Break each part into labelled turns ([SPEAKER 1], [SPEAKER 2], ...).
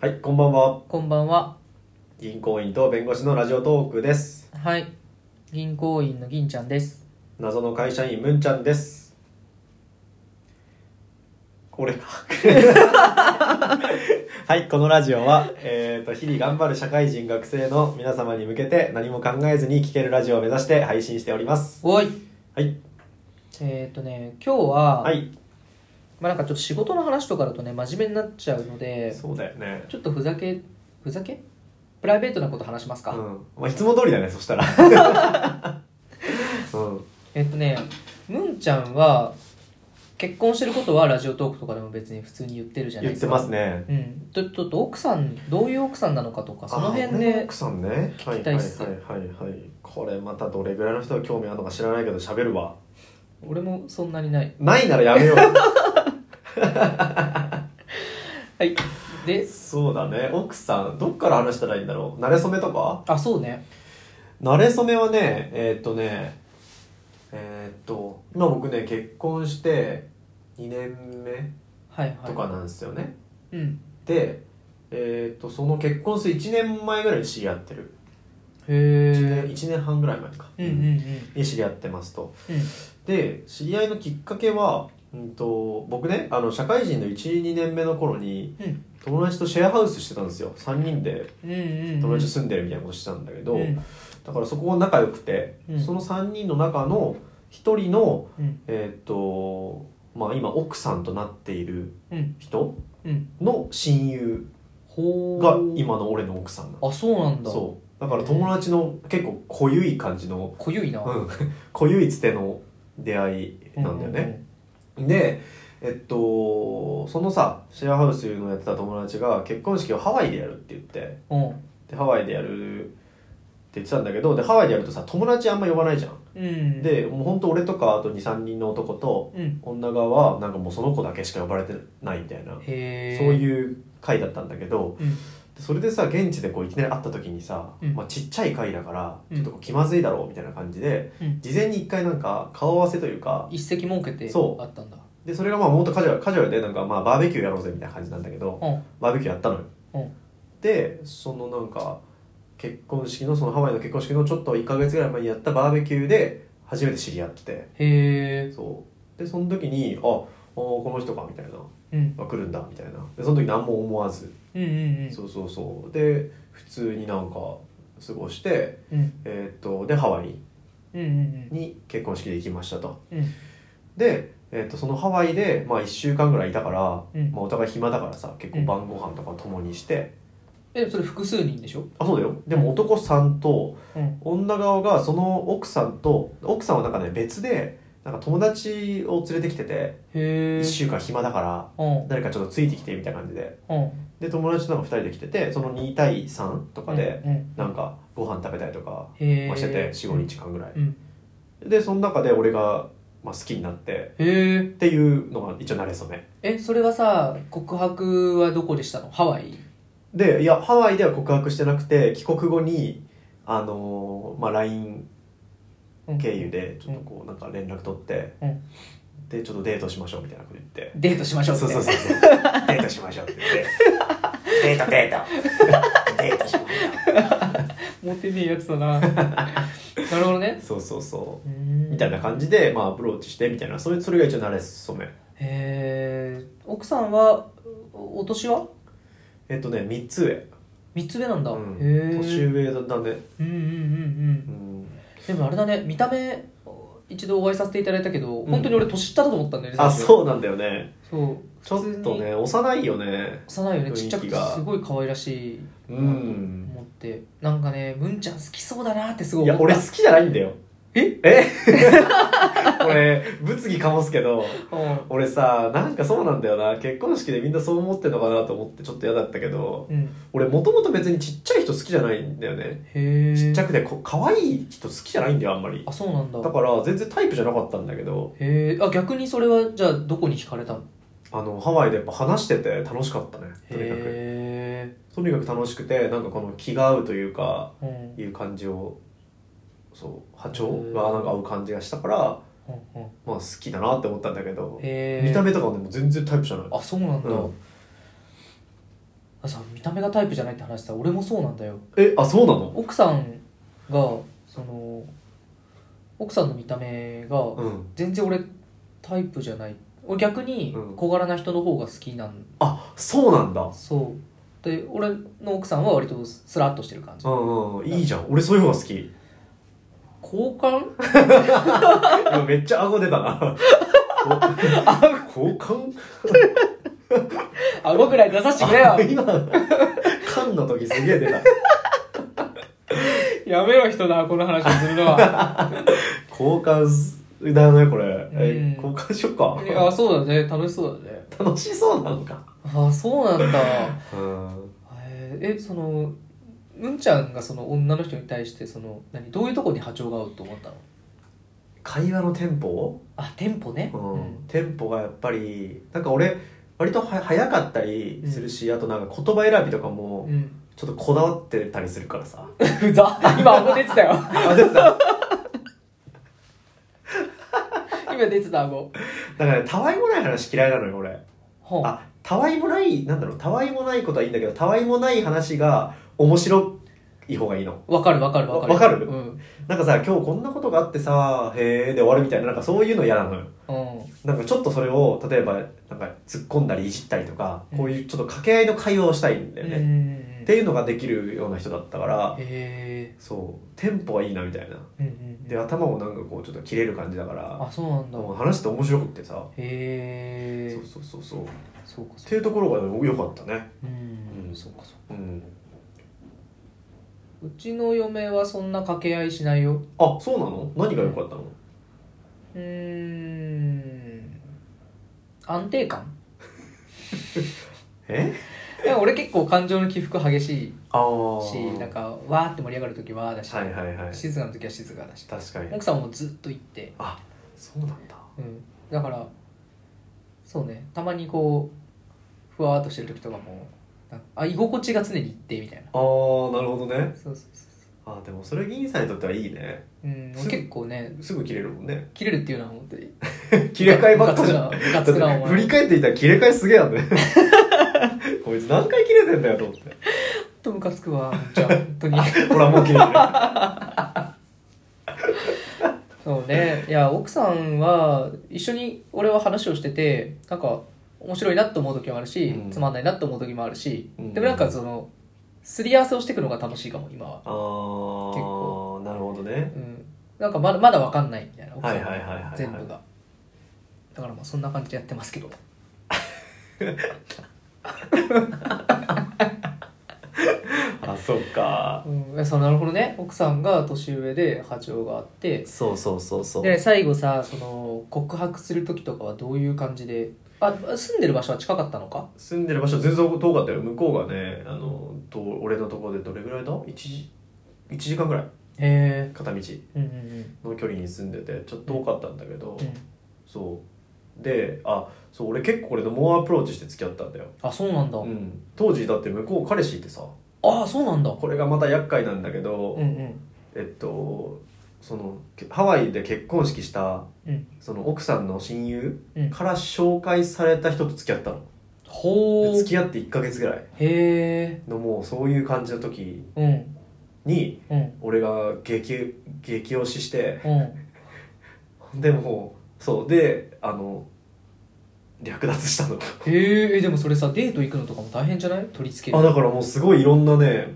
[SPEAKER 1] はい、こんばんは。
[SPEAKER 2] こんばんは。
[SPEAKER 1] 銀行員と弁護士のラジオトークです。
[SPEAKER 2] はい。銀行員の銀ちゃんです。
[SPEAKER 1] 謎の会社員、むんちゃんです。これか。 はい、このラジオは、えっ、と、日々頑張る社会人、学生の皆様に向けて何も考えずに聞けるラジオを目指して配信しております。
[SPEAKER 2] おい。
[SPEAKER 1] はい、
[SPEAKER 2] えっ、とね、今日は、
[SPEAKER 1] はい、
[SPEAKER 2] まあなんかちょっと仕事の話とかだとね、真面目になっちゃうので、
[SPEAKER 1] そうだよね。
[SPEAKER 2] ちょっとふざけ、ふざけプライベートなこと話します
[SPEAKER 1] う
[SPEAKER 2] か。
[SPEAKER 1] ん。まあ、いつも通りだね、そしたら。 うん。
[SPEAKER 2] えっ、とね、ムンちゃんは、結婚してることはラジオトークとかでも別に普通に言ってるじゃな
[SPEAKER 1] 言
[SPEAKER 2] いで
[SPEAKER 1] っ
[SPEAKER 2] す
[SPEAKER 1] て
[SPEAKER 2] か。
[SPEAKER 1] ますね。
[SPEAKER 2] うん。ちょちょっと奥さん、どういう奥さんなのかとか、その辺
[SPEAKER 1] あ俺
[SPEAKER 2] で、
[SPEAKER 1] 奥さんねはい
[SPEAKER 2] き
[SPEAKER 1] は
[SPEAKER 2] た
[SPEAKER 1] い
[SPEAKER 2] い
[SPEAKER 1] は
[SPEAKER 2] っ
[SPEAKER 1] い
[SPEAKER 2] す
[SPEAKER 1] はいはいこれまたどれぐらいの人が興味あるのか知らないけど喋るわ
[SPEAKER 2] 俺もそんなにない。
[SPEAKER 1] ないならやめよ う
[SPEAKER 2] はい。で、
[SPEAKER 1] そうだね奥さんどっから話したらいいんだろう慣れ初めとか
[SPEAKER 2] あ、そうね。
[SPEAKER 1] 慣れ初めはねえーっとねえーっと今僕ね結婚して2年目
[SPEAKER 2] はいはい。
[SPEAKER 1] とかなんですよね、
[SPEAKER 2] うん。
[SPEAKER 1] でえーっとその結婚する1年前ぐらいに知り合ってる
[SPEAKER 2] へえ。
[SPEAKER 1] 1年 ,1 年半ぐらい前か、
[SPEAKER 2] うんうんうん。
[SPEAKER 1] に知り合ってますと
[SPEAKER 2] うん
[SPEAKER 1] で知り合いのきっかけは、うん、と僕ねあの社会人の12年目の頃に
[SPEAKER 2] うん
[SPEAKER 1] 友達とシェアハウスしてたんですよ3人で
[SPEAKER 2] うんうんうん
[SPEAKER 1] 友達と住んでるみたいなことしてたんだけど、
[SPEAKER 2] うん
[SPEAKER 1] だからそこが仲良くて、
[SPEAKER 2] うん
[SPEAKER 1] その3人の中の1人の
[SPEAKER 2] うん
[SPEAKER 1] えーっとまあ今奥さんとなっている
[SPEAKER 2] うん
[SPEAKER 1] 人
[SPEAKER 2] うん
[SPEAKER 1] の親友
[SPEAKER 2] ほ
[SPEAKER 1] が
[SPEAKER 2] ー
[SPEAKER 1] 今の俺の奥さんなの
[SPEAKER 2] あそうなんだ
[SPEAKER 1] そうだから友達の結構濃ゆい感じの、
[SPEAKER 2] 濃ゆいな
[SPEAKER 1] うん 濃ゆいつての出会いなんだよね、でえっとそのさシェアハウスのやってた友達が結婚式をハワイでやるって言って
[SPEAKER 2] うんうん
[SPEAKER 1] でハワイでやるって言ってたんだけどでハワイでやるとさ友達あんま呼ばないじゃん、
[SPEAKER 2] うん
[SPEAKER 1] でもうほんと俺とかあと23人の男と
[SPEAKER 2] うん
[SPEAKER 1] 女側はなんかもうその子だけしか呼ばれてないみたいな、
[SPEAKER 2] へえ
[SPEAKER 1] そう
[SPEAKER 2] う
[SPEAKER 1] いう回だったんだけど
[SPEAKER 2] うん
[SPEAKER 1] それでさ現地でこういきなり会った時にさ、
[SPEAKER 2] うん
[SPEAKER 1] まあ、ちっちゃい回だから
[SPEAKER 2] うん
[SPEAKER 1] ちょっとこう気まずいだろうみたいな感じで、
[SPEAKER 2] うん
[SPEAKER 1] 事前に一回なんか顔合わせというか
[SPEAKER 2] 一石設けて
[SPEAKER 1] そう
[SPEAKER 2] あったんだ
[SPEAKER 1] でそれがまあもっとカジュアルカジュアルでなんかまあバーベキューやろうぜみたいな感じなんだけど
[SPEAKER 2] うん
[SPEAKER 1] バーベキューやったのよ、
[SPEAKER 2] うん
[SPEAKER 1] でそのなんか結婚式のそのハワイの結婚式のちょっと1か月ぐらい前にやったバーベキューで初めて知り合って
[SPEAKER 2] へえ
[SPEAKER 1] そうでその時にああこの人かみたいな
[SPEAKER 2] うん
[SPEAKER 1] あ来るんだみたいなでその時何も思わず、
[SPEAKER 2] うんうん
[SPEAKER 1] そうそうそうで普通になんか過ごして
[SPEAKER 2] うんうん
[SPEAKER 1] えーっとでハワイ
[SPEAKER 2] うんうん
[SPEAKER 1] に結婚式で行きましたと
[SPEAKER 2] うん
[SPEAKER 1] で、えー、とそのハワイで、まあ、1週間ぐらいいたから、
[SPEAKER 2] うん
[SPEAKER 1] まあ、お互い暇だからさ結構晩ご飯とか共にして、
[SPEAKER 2] えでもそれ複数人でしょ
[SPEAKER 1] あそうだよでも男さんと
[SPEAKER 2] うん
[SPEAKER 1] 女側がその奥さんと奥さんはなんかね別でなんか友達を連れてきてて、
[SPEAKER 2] へえ
[SPEAKER 1] 1週間暇だから
[SPEAKER 2] うん
[SPEAKER 1] 誰かちょっとついてきてみたいな感じで
[SPEAKER 2] うん
[SPEAKER 1] で友達となんか2人で来ててその2対3とかで、
[SPEAKER 2] うんうん
[SPEAKER 1] なんかご飯食べたりとか、
[SPEAKER 2] へ
[SPEAKER 1] ま
[SPEAKER 2] え
[SPEAKER 1] あしてて45日間ぐらい、
[SPEAKER 2] うん
[SPEAKER 1] でその中で俺が、まあ、好きになって
[SPEAKER 2] へえ
[SPEAKER 1] っていうのが一応慣れ初め
[SPEAKER 2] えそれはさ告白はどこでしたのハワイ
[SPEAKER 1] でいやハワイでは告白してなくて帰国後にあのーまあ LINE
[SPEAKER 2] うん
[SPEAKER 1] 経由でちょっとこうなんか連絡取って、
[SPEAKER 2] うん
[SPEAKER 1] でちょっとデートしましょうみたいなこと言って、
[SPEAKER 2] デートしましょうって
[SPEAKER 1] そうそうそうそう デートしましょうって言ってデートデート デートしまし
[SPEAKER 2] モテねえやつだななるほどね
[SPEAKER 1] ょうそうそうそうみ
[SPEAKER 2] み
[SPEAKER 1] たいな感じで、まあ、アプローチしてみたいなそれそれが一応慣れ初め
[SPEAKER 2] へえ奥さんはおお年は
[SPEAKER 1] えっとね3つ上、
[SPEAKER 2] 三つ目なんだ、
[SPEAKER 1] うん
[SPEAKER 2] へえ
[SPEAKER 1] 年上だね
[SPEAKER 2] うんうんう
[SPEAKER 1] う
[SPEAKER 2] んうん
[SPEAKER 1] ん
[SPEAKER 2] でもあれだね見た目一度お会いさせていただいたけど、
[SPEAKER 1] うん
[SPEAKER 2] 本当に俺年下だと思ったんだよね
[SPEAKER 1] あ
[SPEAKER 2] 最初
[SPEAKER 1] そうなんだよね
[SPEAKER 2] そう
[SPEAKER 1] ちょっと
[SPEAKER 2] 普通に
[SPEAKER 1] ね幼いよね
[SPEAKER 2] 幼いよ
[SPEAKER 1] 雰
[SPEAKER 2] ね
[SPEAKER 1] 囲気
[SPEAKER 2] ちっちゃくて
[SPEAKER 1] が
[SPEAKER 2] すごい可愛らしいなと
[SPEAKER 1] うん
[SPEAKER 2] 思って、なんかねむんちゃん好きそうだなってすごい
[SPEAKER 1] い
[SPEAKER 2] 思
[SPEAKER 1] や
[SPEAKER 2] った
[SPEAKER 1] 俺好きじゃないんだよ
[SPEAKER 2] え
[SPEAKER 1] え これ物議かもすけど俺さなんかそうなんだよな結婚式でみんなそう思ってんのかなと思ってちょっと嫌だったけど
[SPEAKER 2] うん、うん、
[SPEAKER 1] 俺もともと別にちっちゃい人好きじゃないんだよね
[SPEAKER 2] へえ
[SPEAKER 1] ちっちゃ
[SPEAKER 2] く
[SPEAKER 1] くてこ可愛い人好きじゃないんだよあんまり
[SPEAKER 2] あそうなんだ
[SPEAKER 1] だから全然タイプじゃなかったんだけど
[SPEAKER 2] へえあ逆にそれはじゃあどこに惹かれたの
[SPEAKER 1] あのハワイでやっぱ話してて楽しかったねとにかく
[SPEAKER 2] へ
[SPEAKER 1] とにかく楽しくてなんかこの気が合うというか
[SPEAKER 2] え、うん
[SPEAKER 1] いう感じをそう波長がなんか合う感じがしたから
[SPEAKER 2] うんうん、
[SPEAKER 1] まあ好きだなって思ったんだけど
[SPEAKER 2] へえ
[SPEAKER 1] 見た目とかもでも全然タイプじゃない
[SPEAKER 2] あそうなんだ、
[SPEAKER 1] うん
[SPEAKER 2] あさ見た目がタイプじゃないって話さ俺もそうなんだよ
[SPEAKER 1] えあそうなの
[SPEAKER 2] 奥さんがその奥さんの見た目が
[SPEAKER 1] うん
[SPEAKER 2] 全然俺タイプじゃない俺逆に
[SPEAKER 1] うん
[SPEAKER 2] 小柄な人の方が好きなん
[SPEAKER 1] あそうなんだ
[SPEAKER 2] そうで俺の奥さんは割とスラッとしてる感じ
[SPEAKER 1] うんうんいいじゃん俺そういう方が好きい
[SPEAKER 2] 好 感
[SPEAKER 1] やめっちゃ顎出た な交換
[SPEAKER 2] 顎ぐらい出させてくれよ
[SPEAKER 1] あ 今缶の時すげえ出た
[SPEAKER 2] やめろ人だこの話をするのは
[SPEAKER 1] 交換だねこれえ
[SPEAKER 2] うん
[SPEAKER 1] 交換しよっか
[SPEAKER 2] いやそうだね楽しそうだね
[SPEAKER 1] 楽しそうなのか
[SPEAKER 2] ああそうなんだ
[SPEAKER 1] うん
[SPEAKER 2] へええそのむんちゃんがその女の人に対してその何どういうとこに波長が合うと思ったの
[SPEAKER 1] 会話のテンポ、
[SPEAKER 2] あテンポね
[SPEAKER 1] う
[SPEAKER 2] うんん、
[SPEAKER 1] テンポがやっぱりなんか俺割とは早かったりするし、あとなんか言葉選びとかも
[SPEAKER 2] うん、
[SPEAKER 1] ちょっとこだわってたりするからさ
[SPEAKER 2] ふ ざ今顎出てたよ
[SPEAKER 1] あ出てただか
[SPEAKER 2] 今出てた顎
[SPEAKER 1] らねたわいもない話嫌いなのよ俺
[SPEAKER 2] ほう
[SPEAKER 1] あたわいもないなんだろうたわいもないことはいいんだけどたわいもない話が面白い方がいいの
[SPEAKER 2] わかるわかるわかる
[SPEAKER 1] わかる
[SPEAKER 2] うん、
[SPEAKER 1] なんかさ今日こんなことがあってさへえで終わるみたいななんかそういうの嫌なのよ
[SPEAKER 2] うん、
[SPEAKER 1] なんかちょっとそれを例えばなんか突っ込んだりいじったりとか
[SPEAKER 2] うん
[SPEAKER 1] こういうちょっと掛け合いの会話をしたいんだよね、
[SPEAKER 2] ね
[SPEAKER 1] っていうのができるような人だったから
[SPEAKER 2] へえ
[SPEAKER 1] そうテンポがいいなみたいな
[SPEAKER 2] うんうん
[SPEAKER 1] で頭もなんかこうちょっと切れる感じだから
[SPEAKER 2] あそうなんだ
[SPEAKER 1] もう話して面白くってさ
[SPEAKER 2] へえ
[SPEAKER 1] そうそうそうそうっ
[SPEAKER 2] そうかそう
[SPEAKER 1] ていうところが良かったね
[SPEAKER 2] う
[SPEAKER 1] うんん
[SPEAKER 2] そうかそう
[SPEAKER 1] う
[SPEAKER 2] か
[SPEAKER 1] ん
[SPEAKER 2] うちの嫁はそんな掛け合いしないよ
[SPEAKER 1] あそうなの何が良かったの
[SPEAKER 2] うーん安定感
[SPEAKER 1] え
[SPEAKER 2] でも俺結構感情の起伏激しい
[SPEAKER 1] ああは
[SPEAKER 2] しなんかわーって盛り上がる時はわーだし、
[SPEAKER 1] いはいはい
[SPEAKER 2] 静かな時は静かだし
[SPEAKER 1] 確かに
[SPEAKER 2] 奥さんもずっと行って、
[SPEAKER 1] あそうなんだ
[SPEAKER 2] うん、だからそうねたまにこうふわーっとしてる時とかもなんかあ居心地が常に一定みたいな
[SPEAKER 1] あーなるほどね
[SPEAKER 2] そうそうそ
[SPEAKER 1] あでもそれ銀さんにとってはいいね
[SPEAKER 2] う、うん、俺結構ね
[SPEAKER 1] すぐ切れるもんね
[SPEAKER 2] 切れるっていうのは本当に
[SPEAKER 1] 切れ替えばっかじゃん
[SPEAKER 2] ムカつくなムカつくなお
[SPEAKER 1] 振
[SPEAKER 2] 前
[SPEAKER 1] り返っていたら切れ替えすげえやん ねこいつ何回切れてんだよと思って
[SPEAKER 2] ほんとムカつくわじゃあ本当に
[SPEAKER 1] ほらもう切れ てる
[SPEAKER 2] そうねいや奥さんは一緒に俺は話をしててなんか面白いなと思う時もあるし、
[SPEAKER 1] うん
[SPEAKER 2] つまんないなと思う時もあるし、
[SPEAKER 1] うん
[SPEAKER 2] でもなんかそのすり合わせをしていくのが楽しいかも今は、
[SPEAKER 1] あーなるほどね
[SPEAKER 2] うん、なんかまだまだ分かんないみたいな奥
[SPEAKER 1] は
[SPEAKER 2] さ
[SPEAKER 1] い
[SPEAKER 2] ん
[SPEAKER 1] はいはいはいはい
[SPEAKER 2] 全部がだからまあそんな感じでやってますけど
[SPEAKER 1] あそうか
[SPEAKER 2] うん、そうなるほどね奥さんが年上で波長があって
[SPEAKER 1] そうそうそうそう
[SPEAKER 2] で最後さその告白する時とかはどういう感じであ住んでる場所は近かったのか
[SPEAKER 1] 住んでる場所全然遠かったよ向こうがねあのと俺のところでどれぐらいだ1時1時間ぐらい
[SPEAKER 2] へ
[SPEAKER 1] 片道
[SPEAKER 2] えうんうん
[SPEAKER 1] の距離に住んでてちょっと遠かったんだけど、
[SPEAKER 2] うんうん
[SPEAKER 1] そうであそう俺結構これで猛アプローチして付き合ったんだよ、
[SPEAKER 2] あそうなんだ、
[SPEAKER 1] うん、当時だって向こう彼氏いてさ
[SPEAKER 2] ああそうなんだ
[SPEAKER 1] これがまた厄介なんだけど、
[SPEAKER 2] うんうん
[SPEAKER 1] えっとそのけハワイで結婚式した、
[SPEAKER 2] うん
[SPEAKER 1] その奥さんの親友
[SPEAKER 2] うん
[SPEAKER 1] から紹介された人と付き合ったの、
[SPEAKER 2] ほ
[SPEAKER 1] で
[SPEAKER 2] う
[SPEAKER 1] 付き合って1ヶ月ぐらい
[SPEAKER 2] へえ
[SPEAKER 1] のもうそういう感じの時
[SPEAKER 2] うん
[SPEAKER 1] に
[SPEAKER 2] うん
[SPEAKER 1] 俺が激激推しして
[SPEAKER 2] うん
[SPEAKER 1] でもうそうであの略奪したの
[SPEAKER 2] へーえでもそれさデート行くのとかも大変じゃない取り付け
[SPEAKER 1] あ
[SPEAKER 2] る
[SPEAKER 1] だからもうすごいいろんなね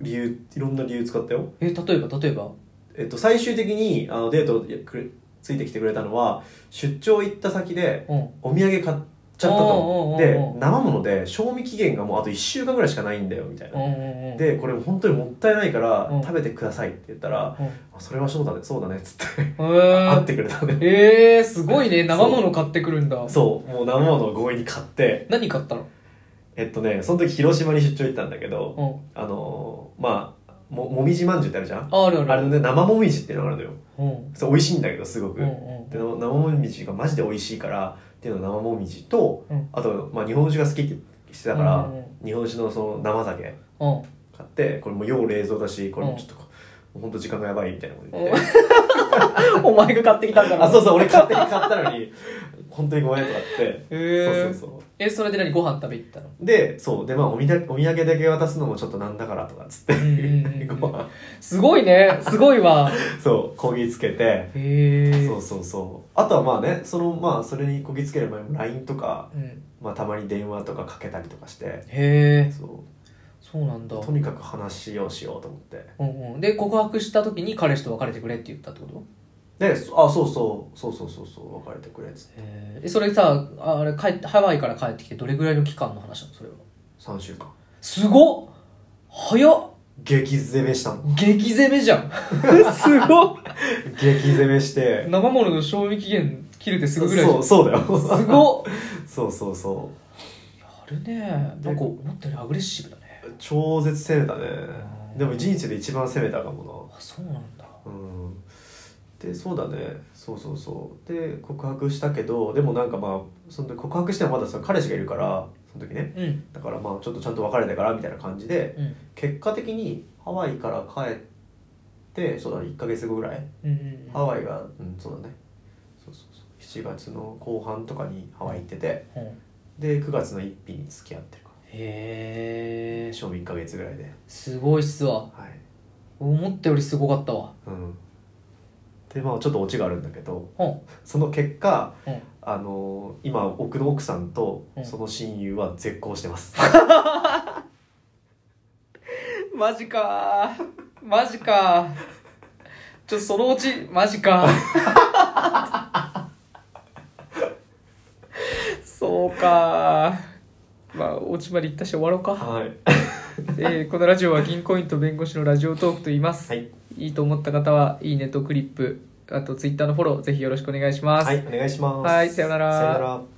[SPEAKER 1] 理由いろんな理由使ったよ、
[SPEAKER 2] え例えば例えば
[SPEAKER 1] えっと、最終的にあのデートやくれついてきてくれたのは出張行った先で
[SPEAKER 2] うん
[SPEAKER 1] お土産買っちゃったと
[SPEAKER 2] おーおー
[SPEAKER 1] で
[SPEAKER 2] おーおー
[SPEAKER 1] 生物で賞味期限がもうあと1週間ぐらいしかないんだよみたい
[SPEAKER 2] うん
[SPEAKER 1] な
[SPEAKER 2] うんうん
[SPEAKER 1] でこれ本当にもったいないから
[SPEAKER 2] うん
[SPEAKER 1] 食べてくださいって言ったら
[SPEAKER 2] うん
[SPEAKER 1] あそれはそうだねそうだねっつって
[SPEAKER 2] へ
[SPEAKER 1] 会
[SPEAKER 2] ー
[SPEAKER 1] ってくれたね
[SPEAKER 2] えー、すごいね生物買ってくるんだ
[SPEAKER 1] そうもう生物を強引に買って
[SPEAKER 2] 何買ったの
[SPEAKER 1] えっとねその時広島に出張行ったんだけど
[SPEAKER 2] うん
[SPEAKER 1] あのーまあももみじまんじゅうってあるじゃん
[SPEAKER 2] ああるある
[SPEAKER 1] あれのね生もみじっていうのがあるのよ
[SPEAKER 2] うん
[SPEAKER 1] それ美味しいんだけどすごく、
[SPEAKER 2] うん
[SPEAKER 1] で生もみじがマジで美味しいからっていうのは生もみじと、
[SPEAKER 2] うん
[SPEAKER 1] あと、まあ、日本酒が好きってしてたから、
[SPEAKER 2] うんうん
[SPEAKER 1] 日本酒のその生酒
[SPEAKER 2] うんうん
[SPEAKER 1] 買ってこれもう要冷蔵だしこれもちょっとこう、う本当時間がやばいみたいなこと言
[SPEAKER 2] お
[SPEAKER 1] って
[SPEAKER 2] お前が買ってきたんだろ
[SPEAKER 1] あそうそう俺勝手に買ったのに本当にごめんとかって、
[SPEAKER 2] へー
[SPEAKER 1] そうそうそ
[SPEAKER 2] えそれで何ご飯食べ行ったの
[SPEAKER 1] うでそうでまあおみだお土産だけ渡すのもちょっとなんだからとかっつって、
[SPEAKER 2] うんう んうん
[SPEAKER 1] ご飯
[SPEAKER 2] すごいねすごいわ
[SPEAKER 1] そうこぎつけて
[SPEAKER 2] へえ
[SPEAKER 1] そうそうそうあとはまあねそのまあそれにこぎつける前も LINE とか、
[SPEAKER 2] うん、へ
[SPEAKER 1] まあ、たまに電話とかかけたりとかして
[SPEAKER 2] え
[SPEAKER 1] そ
[SPEAKER 2] そうなんだ
[SPEAKER 1] うとにかく話をしようと思って
[SPEAKER 2] うんうん、で告白した時に彼氏と別れてくれって言ったってこと
[SPEAKER 1] でそあそうそうそうそうそうそう別れてくれっつって
[SPEAKER 2] へえそれさああれ帰ってハワイから帰ってきてどれぐらいの期間の話なのそれは
[SPEAKER 1] 3週間
[SPEAKER 2] すごっ早っ
[SPEAKER 1] 激攻め したの
[SPEAKER 2] 激攻めじゃ んすごっ
[SPEAKER 1] 激攻めして
[SPEAKER 2] 生物の賞味期限切れてすぐぐらいじゃ
[SPEAKER 1] そ
[SPEAKER 2] ん
[SPEAKER 1] う
[SPEAKER 2] す
[SPEAKER 1] そうだよ
[SPEAKER 2] ごっ
[SPEAKER 1] そうそうそう
[SPEAKER 2] やるねなんか思ったよりアグレッシブだね
[SPEAKER 1] 超絶攻めたね
[SPEAKER 2] うん
[SPEAKER 1] でも人生で一番攻めたかも
[SPEAKER 2] あそうなんだ
[SPEAKER 1] なうんでそうだねそうそうそうで告白したけどでもなんかまあその時告白してもまだその彼氏がいるからその時ね
[SPEAKER 2] うん
[SPEAKER 1] だからまあちょっとちゃんと別れたからみたいな感じで
[SPEAKER 2] うん
[SPEAKER 1] 結果的にハワイから帰ってそうだ1ヶ月後ぐらい
[SPEAKER 2] うんうん
[SPEAKER 1] ハワイがうんそうだねそうそうそう7月の後半とかにハワイ行ってて
[SPEAKER 2] うんへ
[SPEAKER 1] で9月の1日に付き合ってるから
[SPEAKER 2] え
[SPEAKER 1] 賞味1ヶ月ぐらいで、
[SPEAKER 2] すごいっすわ
[SPEAKER 1] はい
[SPEAKER 2] 思ったよりすごかったわ
[SPEAKER 1] うん、でまあちょっとオチがあるんだけど
[SPEAKER 2] うん
[SPEAKER 1] その結果、
[SPEAKER 2] うん
[SPEAKER 1] あのー今奥の奥さんと
[SPEAKER 2] うん
[SPEAKER 1] その親友は絶交して ます、
[SPEAKER 2] マジかーマジかーちょっとそのうちマジかーそうかーまあ落ちまで行ったし終わろうか、
[SPEAKER 1] はい
[SPEAKER 2] えーこのラジオは銀行員と弁護士のラジオトークと言います、
[SPEAKER 1] はい、
[SPEAKER 2] いいと思った方はいいねとクリップあとツイッターのフォローぜひよろしくお願いします、
[SPEAKER 1] はい、お願いします
[SPEAKER 2] はいさよなら
[SPEAKER 1] さよなら